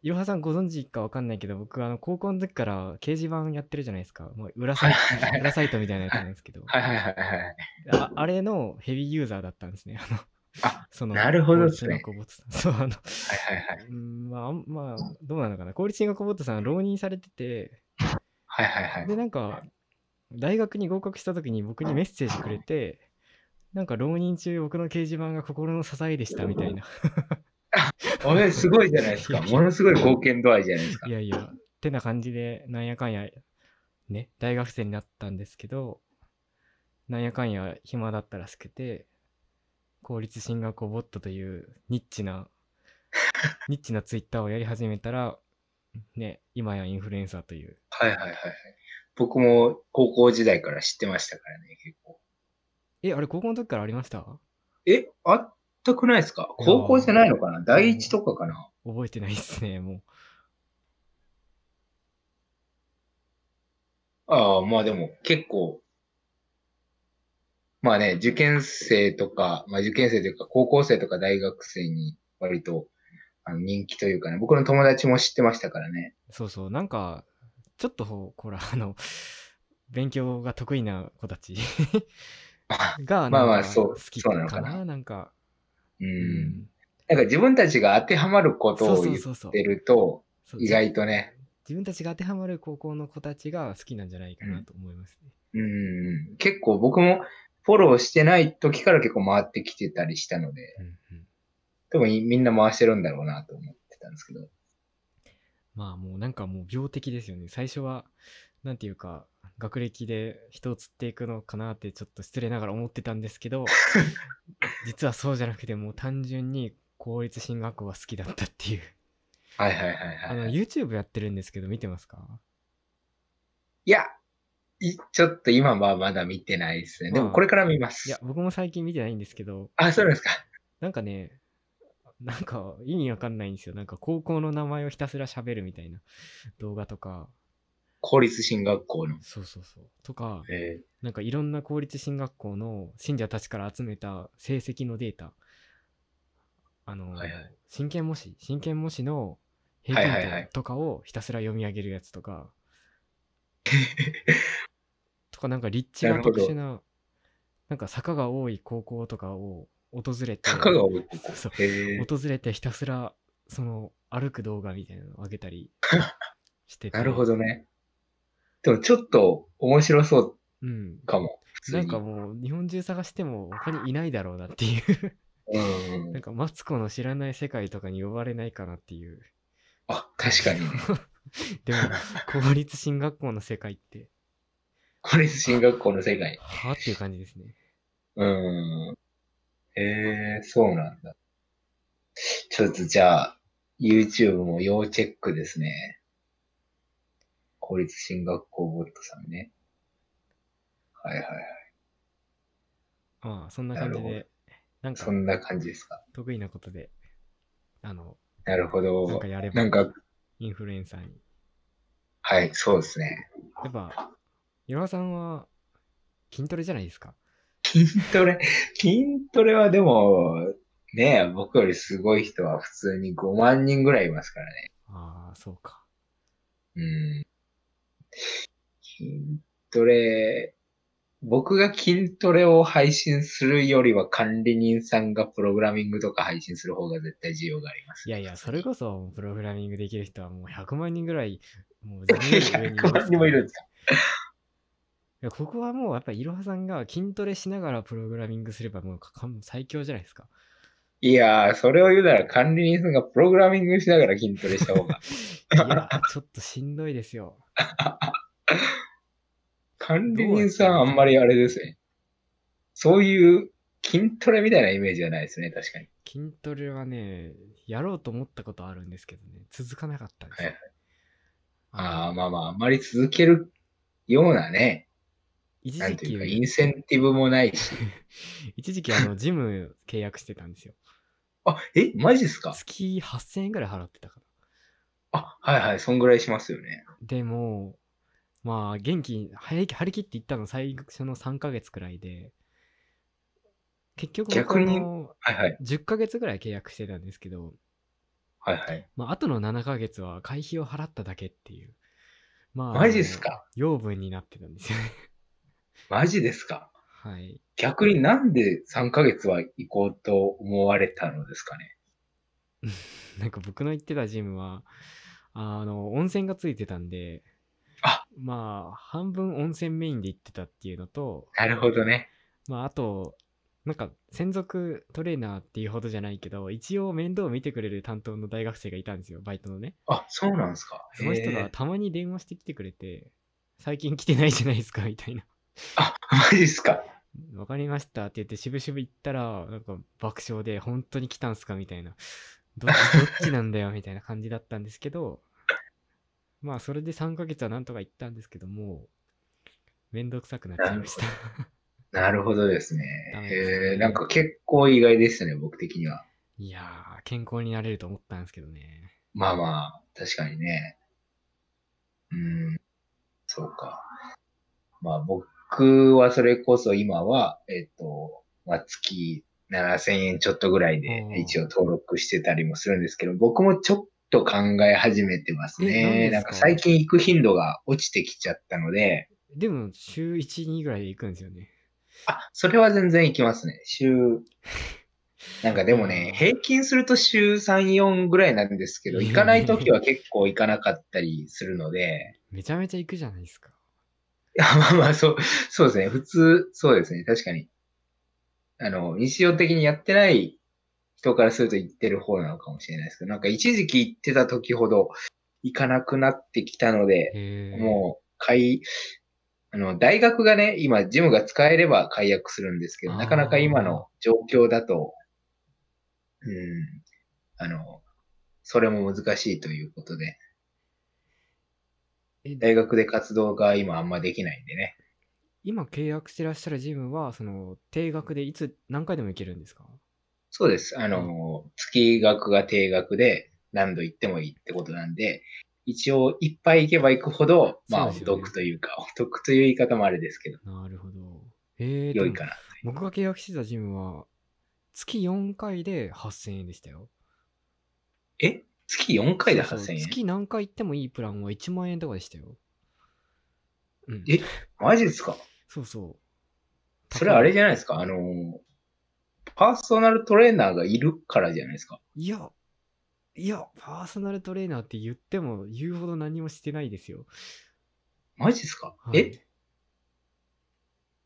Speaker 2: いろはさんご存知かわかんないけど、僕、あの、高校の時から掲示板やってるじゃないですか。もう裏サイ
Speaker 1: はいはいは
Speaker 2: ト、
Speaker 1: い
Speaker 2: 裏サイトみたいなやつなんですけど、
Speaker 1: はいはいはいはい。
Speaker 2: ああれのヘビーユーザーだったんですね。あの、
Speaker 1: あ
Speaker 2: その、
Speaker 1: なるほどですね
Speaker 2: 公立中学校ボットさんそう、あの、
Speaker 1: はいはいはい。
Speaker 2: うんまああん、まあ、どうなのかな。公立中学校ボットさん浪人されてて、
Speaker 1: はいはいは
Speaker 2: で
Speaker 1: い。
Speaker 2: なんか大学に合格した時に僕にメッセージくれてなんか浪人中僕の掲示板が心の支えでしたみたいな
Speaker 1: あれ、すごいじゃないですか。ものすごい貢献度合いじゃないですか
Speaker 2: い。やいやってな感じでなんやかんやね大学生になったんですけどなんやかんや暇だったらしくて公立進学校ボットというニッ チなニッチなツイッターをやり始めたらね今やインフルエンサーという
Speaker 1: はいはいはいはい。僕も高校時代から知ってましたからね、結構。
Speaker 2: えあれ高校の時からありました
Speaker 1: え、あったくないですか
Speaker 2: いやー
Speaker 1: 高校じゃないのかな第一とかかな
Speaker 2: 覚えてないっすねもう
Speaker 1: ああ、まあでも結構、まあね、受験生とか、まあ受験生というか高校生とか大学生に割とあの人気というかね、僕の友達も知ってましたからね。
Speaker 2: そうそう、なんか、ちょっとほこら、あの、勉強が得意な子た ちが、
Speaker 1: まあまあ
Speaker 2: なんか
Speaker 1: そう
Speaker 2: 好き
Speaker 1: そうな
Speaker 2: か
Speaker 1: のか
Speaker 2: な、
Speaker 1: な
Speaker 2: なんか。
Speaker 1: う。。
Speaker 2: うん
Speaker 1: なんか自分たちが当てはまることを言っ
Speaker 2: うそう。
Speaker 1: てると、
Speaker 2: そう
Speaker 1: 意外とね、
Speaker 2: 自分たちが当てはまる高校の子たちが好きなんじゃないかなと思いますね。
Speaker 1: うん、結構僕もフォローしてない時から結構回ってきてたりしたので、
Speaker 2: うんうん
Speaker 1: 多分みんな回してるんだろうなと思ってたんですけど。
Speaker 2: まあもうなんかもう病的ですよね。最初は、なんていうか、学歴で人を釣っていくのかなってちょっと失礼ながら思ってたんです けど、実はそうじゃなくてもう単純に公立進学校が好きだったっ ていう。
Speaker 1: はいはいは
Speaker 2: あ
Speaker 1: い
Speaker 2: の
Speaker 1: はい。
Speaker 2: YouTube やってるんですけど見てますか
Speaker 1: いや、いちょっと今はまだ見てないですね。で
Speaker 2: ま
Speaker 1: も
Speaker 2: あ
Speaker 1: これから見ま
Speaker 2: い
Speaker 1: す
Speaker 2: や。僕も最近見てないんですけど
Speaker 1: あ、そうなんですか。
Speaker 2: なんかね なんか意味わかんないんですよなんか高校の名前をひたすら喋るみたいな 動画とか
Speaker 1: 公立進学校の。
Speaker 2: そうそうそうとか
Speaker 1: え
Speaker 2: なんかいろんな公立進学校の信者たちから集めた成績のデータあの、
Speaker 1: ーはいはい。
Speaker 2: 真剣模試真剣模試の平均
Speaker 1: はいはいは
Speaker 2: 点
Speaker 1: い
Speaker 2: とかをひたすら読み上げるやつとか、 とかなんか立地
Speaker 1: な
Speaker 2: が
Speaker 1: るほ
Speaker 2: 特
Speaker 1: ど
Speaker 2: 殊ななんか坂が多い高校とかを訪れて
Speaker 1: 坂が多いここ
Speaker 2: そう。
Speaker 1: へえ。
Speaker 2: 訪れてひたすらその歩く動画みたいなのを上げたりしてて
Speaker 1: なるほどね。でもちょっと面白そう
Speaker 2: うん
Speaker 1: かも。普通
Speaker 2: な
Speaker 1: に
Speaker 2: んかもう日本中探しても他にいないだろうなっていう
Speaker 1: うんう
Speaker 2: なん
Speaker 1: ん。
Speaker 2: かマツコの知らない世界とかに呼ばれないかなって いう
Speaker 1: あ、確かに。
Speaker 2: でも公立進学校の世界って
Speaker 1: 公立進学校の世界。
Speaker 2: はあっていう感じですね
Speaker 1: うん。へえ、そうなんだ。ちょっとじゃあ、YouTube も要チェックですね。公立進学校ボットさんね。はいはいはい。
Speaker 2: まあそんな感じ
Speaker 1: なる
Speaker 2: でなんか
Speaker 1: そんな感じですか。
Speaker 2: 得意なことであの
Speaker 1: なるほ
Speaker 2: なん
Speaker 1: ど
Speaker 2: か。やれば
Speaker 1: なんか、
Speaker 2: インフルエンサーに
Speaker 1: はい、そうですね。
Speaker 2: やっぱいろはさんは筋トレじゃないですか
Speaker 1: 筋トレ、 筋トレはでも、ねえ、僕よりすごい人は普通に5万人ぐらいいますからね。
Speaker 2: ああそうか
Speaker 1: うん筋トレ、僕が筋トレを配信するよりは管理人さんがプログラミングとか配信する方が絶対需要があります。
Speaker 2: いやいや、それこそプログラミングできる人はもう100万人ぐらい、もう全員上にいま
Speaker 1: 100
Speaker 2: すから
Speaker 1: 万人もいるんです
Speaker 2: やここはもうやっぱいろはさんが筋トレしながらプログラミングすればもうかかん最強じゃないですか。
Speaker 1: いやー、それを言うなら管理人さんがプログラミングしながら筋トレした方が。
Speaker 2: いや、ちょっとしんどいですよ。
Speaker 1: 管理人さんあんまりあれですね。そういう筋トレみたいなイメージはないですね、確かに。
Speaker 2: 筋トレはね、やろうと思ったことあるんですけどね、続かなかったです、
Speaker 1: はいはいああ、まあまあ、あんまり続けるようなね、
Speaker 2: 一
Speaker 1: なん
Speaker 2: 時
Speaker 1: ていうか、
Speaker 2: 期、
Speaker 1: インセンティブもないし。
Speaker 2: 一時期あの、ジム契約してたんですよ。
Speaker 1: あ、え、マジっすか
Speaker 2: 月8000円ぐらい払ってたかな。
Speaker 1: あ、はいはい、そんぐらいしますよね。
Speaker 2: でも、まあ、元気に、張り張り切って行ったの最初の3ヶ月くらいで、結局僕
Speaker 1: 逆に
Speaker 2: の
Speaker 1: はいはい、
Speaker 2: 10ヶ月ぐらい契約してたんですけど、
Speaker 1: はいはい。
Speaker 2: まあ、あとの7ヶ月は会費を払っただけっていう。まあ、
Speaker 1: マジっすか
Speaker 2: あの養分になってたんですよね。
Speaker 1: マジですか
Speaker 2: はい。
Speaker 1: 逆になんで3ヶ月は行こうと思われたのですかね
Speaker 2: なんか僕の行ってたジムは、あの、温泉がついてたんで、
Speaker 1: あ
Speaker 2: まあ、半分温泉メインで行ってたっていうのと、
Speaker 1: なるほどね。
Speaker 2: まあ、あと、なんか、専属トレーナーっていうほどじゃないけど、一応面倒を見てくれる担当の大学生がいたんですよ、バイトのね。
Speaker 1: あ、そうなんですか。
Speaker 2: その人
Speaker 1: へー
Speaker 2: が たまに電話してきてくれて、最近来てないじゃないですか、みたいな。
Speaker 1: あ、マジっすか。
Speaker 2: わかりましたって言って、しぶしぶ行ったら、なんか爆笑で、本当に来たんすかみたいな。どっちどっちなんだよみたいな感じだったんですけど、まあ、それで3ヶ月はなんとか行ったんですけども、めんどくさくなっちゃい ました。
Speaker 1: なるほどですね。
Speaker 2: ダメですね
Speaker 1: へーなんか結構意外でしたね、僕的には。
Speaker 2: いやー、健康になれると思ったんですけどね。
Speaker 1: まあまあ、確かにね。うん、そうか。まあ僕はそれこそ今は、えっと、まあ、月7000円ちょっとぐらいで
Speaker 2: うん
Speaker 1: 一応登録してたりもするんですけど、僕もちょっと考え始めてます
Speaker 2: え何で
Speaker 1: ね。
Speaker 2: すか
Speaker 1: なんか最近行く頻度が落ちてきちゃったので、
Speaker 2: でも、週1、2ぐらいで行くんですよね。
Speaker 1: あ、それは全然行きますね。週、なんかでもね、平均すると週3、4ぐらいなんですけど、行かないときは結構行かなかったりするので、
Speaker 2: めちゃめちゃ行くじゃないですか。
Speaker 1: いやまあまあ、そう、そうですね。普通、そうですね。確かに。あの、日常的にやってない人からすると言ってる方なのかもしれないですけど、なんか一時期行ってた時ほど行かなくなってきたので、
Speaker 2: へー
Speaker 1: もう、買い、あの、大学がね、今、ジムが使えれば解約するんですけど、
Speaker 2: あー
Speaker 1: なかなか今の状況だと、うん、あの、それも難しいということで、
Speaker 2: え
Speaker 1: 大学で活動が今あんまできないんでね。
Speaker 2: 今契約してらっしゃるジムは、その、定額でいつ、何回でも行けるんですか
Speaker 1: そうです。あの、月額が定額で何度行ってもいいってことなんで、一応いっぱい行けば行くほど、まあ、
Speaker 2: そう
Speaker 1: お
Speaker 2: ですよね
Speaker 1: 得というか、お得という言い方もあれですけど、
Speaker 2: なるほど。えー、
Speaker 1: 良
Speaker 2: で
Speaker 1: い
Speaker 2: も
Speaker 1: かな。
Speaker 2: 僕が契約してたジムは、月4回で8000円でしたよ。
Speaker 1: え月4回で
Speaker 2: そうそ
Speaker 1: 8000
Speaker 2: う
Speaker 1: 円
Speaker 2: 月何回行ってもいいプランは1万円とかでしたよ。うん。
Speaker 1: えマジですか
Speaker 2: そうそう。
Speaker 1: それあれ
Speaker 2: ゃ
Speaker 1: じゃないですかあの、パーソナルトレーナーがいるからじゃないですか。
Speaker 2: いや、いや、パーソナルトレーナーって言っても言うほど何もしてないですよ。
Speaker 1: マジですか、
Speaker 2: はい
Speaker 1: え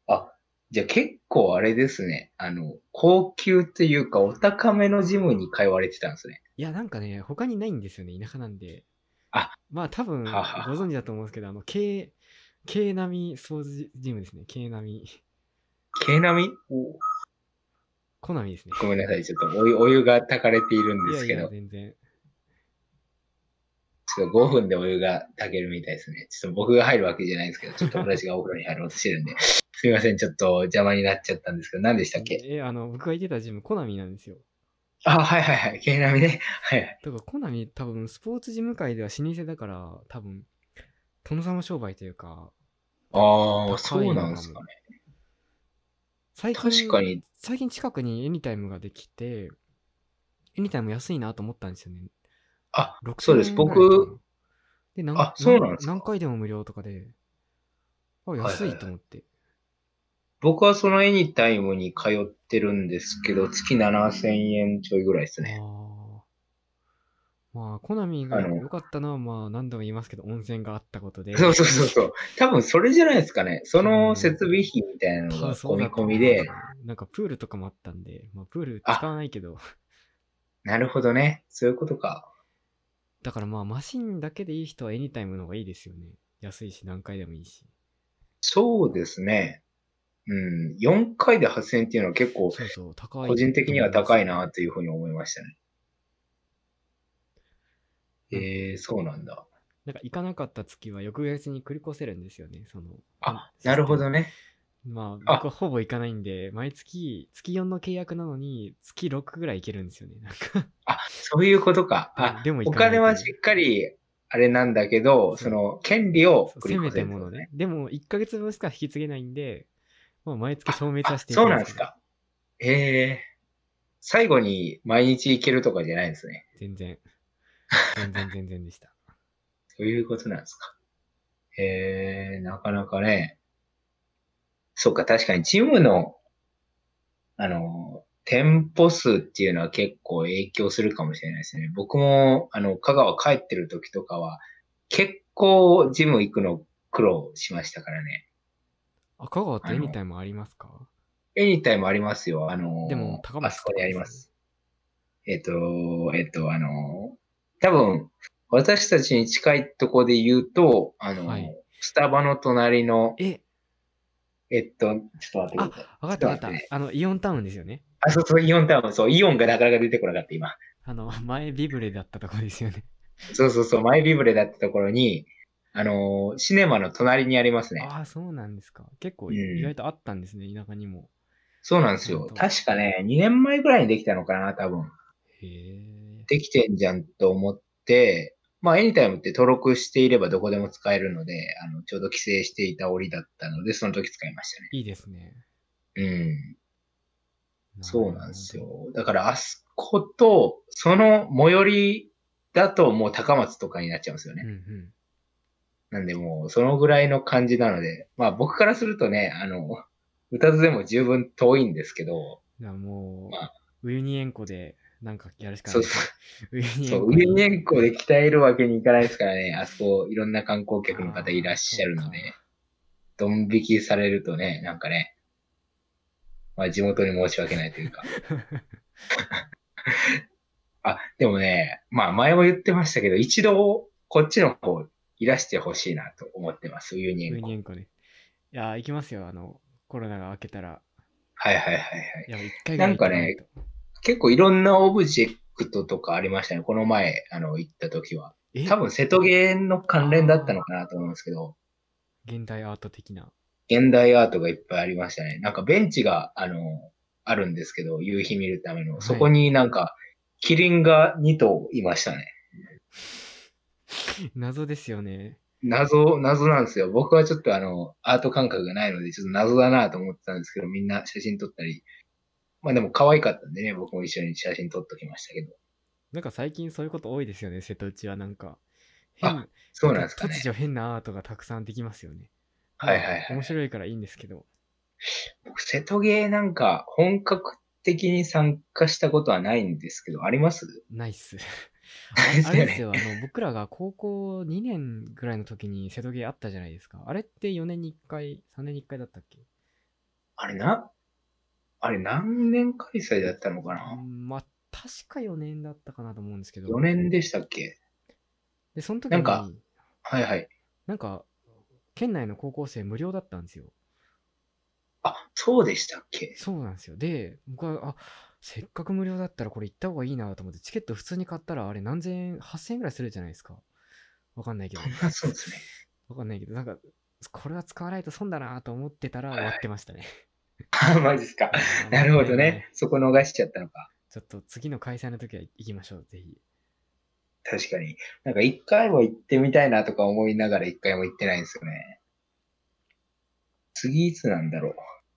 Speaker 1: あ、じゃあ結構あれですね。あの、高級というか、お高めのジムに通われてたんですね。
Speaker 2: いや、なんかね、他にないんですよね、田舎なんで。
Speaker 1: あ
Speaker 2: まあ、多分、ご
Speaker 1: はは
Speaker 2: 存知だと思うんですけど、あの、K、K 並み掃除ジムですね。K 並み。
Speaker 1: 毛並みお
Speaker 2: コナミですね。
Speaker 1: ごめんなさい、ちょっとお湯お湯が炊かれているん
Speaker 2: い
Speaker 1: で
Speaker 2: や
Speaker 1: す
Speaker 2: い
Speaker 1: けど、
Speaker 2: や、全然。
Speaker 1: ちょっと5分でお湯が炊けるみたいですね。ちょっと僕が入るわけじゃないんですけど、ちょっと私がお風呂に入ろうとしてるんで、 すいません、ちょっと邪魔になっちゃったんですけど、何でしたっけ
Speaker 2: え、あの、僕が行ってたジム、コナミなんですよ。
Speaker 1: あ、はいはいはい、毛並みね。はいはい。
Speaker 2: だから、コナミ、多分、スポーツジム界では老舗だから、多分、殿様商売というか、
Speaker 1: あ
Speaker 2: 高い
Speaker 1: あ、そうなんですかね。
Speaker 2: 最近、
Speaker 1: 確かに、
Speaker 2: 最近近くにエニタイムができて、エニタイム安いなと思ったんですよね。
Speaker 1: あ、
Speaker 2: 6000
Speaker 1: そうです
Speaker 2: 円ぐらいかな
Speaker 1: 僕、
Speaker 2: で何
Speaker 1: あそうなんですか
Speaker 2: 何回でも無料とかで、あ、
Speaker 1: はい
Speaker 2: 安いと思って。
Speaker 1: 僕はそのエニタイムに通ってるんですけど、月7000円ちょいぐらいですね。
Speaker 2: あまあ、コナミが
Speaker 1: あの
Speaker 2: 良かったのは、まあ、何度も言いますけど、温泉があったことで。
Speaker 1: そうそうそうそう。多分それじゃないですかね。その設備費みたいなの
Speaker 2: 多
Speaker 1: が
Speaker 2: 分 そ
Speaker 1: 込
Speaker 2: うだ
Speaker 1: み
Speaker 2: と
Speaker 1: 込
Speaker 2: 思い
Speaker 1: み
Speaker 2: ます
Speaker 1: で。
Speaker 2: なんかプールとかもあったんで、まあ、プール使わないけど、
Speaker 1: なるほどね。そういうことか。
Speaker 2: だからまあ、マシンだけでいい人はエニタイムの方がいいですよね。安いし、何回でもいいし。
Speaker 1: そうですね。うん。4回で8000円っていうのは結構、
Speaker 2: そうそう、高い。
Speaker 1: 個人的には高いなというふうに思いましたね。
Speaker 2: う
Speaker 1: え
Speaker 2: ん
Speaker 1: ー、そうなんだ。
Speaker 2: なんか行かなかった月は翌月に繰り越せるんですよね、その。
Speaker 1: あ、なるほどね。
Speaker 2: まあ、
Speaker 1: あ
Speaker 2: 僕はほぼ行かないんで、毎月、月4の契約なのに、月6ぐらい行けるんですよね。なんか、
Speaker 1: あ、そういうことか。あ、
Speaker 2: でも行
Speaker 1: お
Speaker 2: かない
Speaker 1: 金
Speaker 2: と
Speaker 1: はしっかり、あれなんだけど、
Speaker 2: そ
Speaker 1: そ
Speaker 2: う
Speaker 1: の、権利を
Speaker 2: そう
Speaker 1: 繰り
Speaker 2: せめ
Speaker 1: 越せる
Speaker 2: てもの
Speaker 1: ってこと
Speaker 2: ね。。でも、1ヶ月分しか引き継げないんで、まあ、毎月消滅
Speaker 1: あ
Speaker 2: はしてい
Speaker 1: そうなんです。か。ええ最後に毎日行けるとかじゃないんですね。
Speaker 2: 全然。全然全然でした。
Speaker 1: そういうことなんですか。ええなかなかね。そっか、確かにジムの、あの、店舗数っていうのは結構影響するかもしれないですね。僕も、あの、香川帰ってる時とかは、結構ジム行くの苦労しましたからね。
Speaker 2: あ、香川ってエ
Speaker 1: あの
Speaker 2: ニタイムありますか
Speaker 1: エニタイムありますよ。あの、
Speaker 2: でも高松
Speaker 1: あそこにあります。えっ、と、えっ、と、あの、多分、私たちに近いとこで言うと、あの、
Speaker 2: はい
Speaker 1: スタバの隣の、
Speaker 2: え、
Speaker 1: えっと、ちょっと待ってください。
Speaker 2: わかった
Speaker 1: ちょ
Speaker 2: わか
Speaker 1: っと
Speaker 2: っ。
Speaker 1: 待った
Speaker 2: あの、イオンタウンですよね。
Speaker 1: あ、そうそう、イオンタウン、そう、イオンがなかなか出てこなかった、今。
Speaker 2: あの、 前ビブレだったとこですよね。
Speaker 1: そうそうそう、マイビブレだったところに、あの、シネマの隣にありますね。
Speaker 2: ああ、そうなんですか。結構
Speaker 1: うん
Speaker 2: 意外とあったんですね、田舎にも。
Speaker 1: そうなんですよ
Speaker 2: 本。当
Speaker 1: 確かね、2年前ぐらいにできたのかな、多分。
Speaker 2: へえ。
Speaker 1: できてんじゃんと思って、まあ、エニタイムって登録していればどこでも使えるので、あの、ちょうど帰省していた折だったので、その時使いましたね。
Speaker 2: いいですね。
Speaker 1: うん。そうなんです
Speaker 2: るほど。
Speaker 1: よ。だから、あそこと、その最寄りだともう高松とかになっちゃうんですよ
Speaker 2: う
Speaker 1: ね
Speaker 2: ん。うん。
Speaker 1: なんで、もう、そのぐらいの感じなので、まあ、僕からするとね、あの、歌津でも十分遠いんですけど、
Speaker 2: じゃあもう、
Speaker 1: まあ
Speaker 2: ウユニ塩湖でなんかやるしかな
Speaker 1: そ
Speaker 2: いうですね。 ウユニ
Speaker 1: そ
Speaker 2: 塩
Speaker 1: う、
Speaker 2: 湖
Speaker 1: ウユニ塩湖で鍛えるわけにいかないですからね、あそこ、いろんな観光客の方いらっしゃるの
Speaker 2: あーそ
Speaker 1: で、ドン引きされるとね、なんかね、まあ地元に申し訳ないというか。あ、でもね、まあ前も言ってましたけど、一度、こっちの方、いらしてほしいなと思ってます、ウユニ
Speaker 2: ウユ
Speaker 1: 塩
Speaker 2: ニ
Speaker 1: 湖。
Speaker 2: 塩湖ね。いやー、行きますよ。あの、コロナが明けたら。
Speaker 1: はいはいはいはい。
Speaker 2: いや、一回ぐらい行かないと。
Speaker 1: 結構いろんなオブジェクトとかありましたね、この前、あの、行った時は。
Speaker 2: え
Speaker 1: 多分瀬戸芸の関連だったのかなと思うんですけど、
Speaker 2: 現代アート的な。
Speaker 1: 現代アートがいっぱいありましたね。なんかベンチが、あの、あるんですけど、夕日見るため
Speaker 2: は
Speaker 1: の。
Speaker 2: い
Speaker 1: そこになんか、キリンが2頭いましたね。
Speaker 2: 謎ですよね。
Speaker 1: 謎、謎なんですよ。僕はちょっとあの、アート感覚がないので、ちょっと謎だなと思ってたんですけど、みんな写真撮ったり。まあでも可愛かったんでね、僕も一緒に写真撮っときましたけど。
Speaker 2: なんか最近そういうこと多いですよね、瀬戸内はなんか。
Speaker 1: あそうなんですかね
Speaker 2: 突。如変なアートがたくさんできますよね。
Speaker 1: はいはいはい
Speaker 2: 面白いからいいんですけど。
Speaker 1: 僕、瀬戸芸なんか、本格的に参加したことはないんですけど、あります
Speaker 2: ナ イス。
Speaker 1: ないっすよ
Speaker 2: あれ
Speaker 1: ね
Speaker 2: ですよ、あの、僕らが高校2年ぐらいの時に瀬戸芸あったじゃないですか。あれって4年に1回、3年に1回だったっけ
Speaker 1: あれな、あれ何年開催だったのかな
Speaker 2: うんまあ、確か4年だったかなと思うんですけど。
Speaker 1: 4年でしたっけ
Speaker 2: で、その時
Speaker 1: な
Speaker 2: に、なん
Speaker 1: ん
Speaker 2: か
Speaker 1: か、はいはい。
Speaker 2: 県内の高校生無料だったんですよ。
Speaker 1: あ、そうでしたっけ
Speaker 2: そうなんですよ。で、僕は、あせっかく無料だったらこれ行った方がいいなと思って、チケット普通に買ったら、あれ何千円、8000円ぐらいするじゃないですか。わかんないけど
Speaker 1: そ。んな そうですね。
Speaker 2: わかんないけど、なんか、これは使わないと損だなと思ってたら
Speaker 1: はい
Speaker 2: 終わってましたね。
Speaker 1: あ、マジっすか。 なるほどね。。そこ逃しちゃったのか。
Speaker 2: ちょっと次の開催の時は行きましょう、ぜひ。
Speaker 1: 確かに。なんか一回も行ってみたいなとか思いながら一回も行ってないんですよね。次いつなんだろ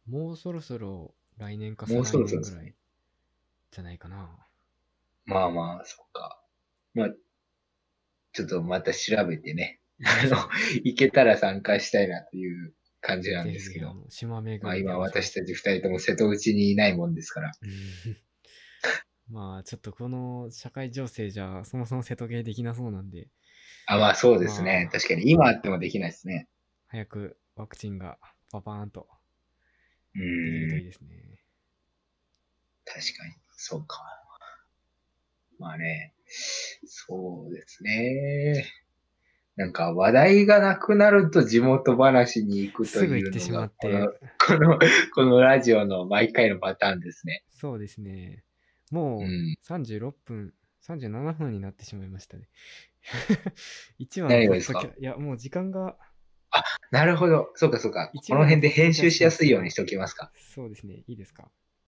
Speaker 1: う。
Speaker 2: もうそろそろ来年か再
Speaker 1: もう
Speaker 2: 来
Speaker 1: そろそ
Speaker 2: 年
Speaker 1: ろ
Speaker 2: ぐらいじゃないかな。
Speaker 1: まあまあ、そっか。まあ、ちょっとまた調べて ね。あの、行けたら参加したいなという感じなんですけ
Speaker 2: ぜ
Speaker 1: ど
Speaker 2: ひ。あ。の島めぐ
Speaker 1: まあ
Speaker 2: りで
Speaker 1: 今
Speaker 2: お願いし
Speaker 1: 私たち二人とも瀬戸内にいないもんですから。
Speaker 2: うんまあちょっとこの社会情勢じゃそもそも瀬戸芸できなそうなんで
Speaker 1: あ、まあそうですね。
Speaker 2: まあ
Speaker 1: 確かに。今あってもできないですね。
Speaker 2: 早くワクチンがパパーンと
Speaker 1: う
Speaker 2: できるといい
Speaker 1: ん。
Speaker 2: ですね。
Speaker 1: 確かに。そうか。まあね。そうですね。なんか話題がなくなると地元話に行くと
Speaker 2: すぐ
Speaker 1: い
Speaker 2: 行って
Speaker 1: う
Speaker 2: し
Speaker 1: の
Speaker 2: ま
Speaker 1: が
Speaker 2: っ、
Speaker 1: こ
Speaker 2: て、
Speaker 1: の、この、このラジオの毎回のパターンですね。
Speaker 2: そうですね。もう
Speaker 1: うん。
Speaker 2: 36分、37分になってしまいましたね。 一話
Speaker 1: 何が
Speaker 2: の
Speaker 1: ですか
Speaker 2: ポッドキャいや、もう時間が、
Speaker 1: なるほど。そうかそうか。
Speaker 2: 一
Speaker 1: こ
Speaker 2: 応
Speaker 1: の辺で編集しやすいようにしておきますか。
Speaker 2: そうですね、いいですか。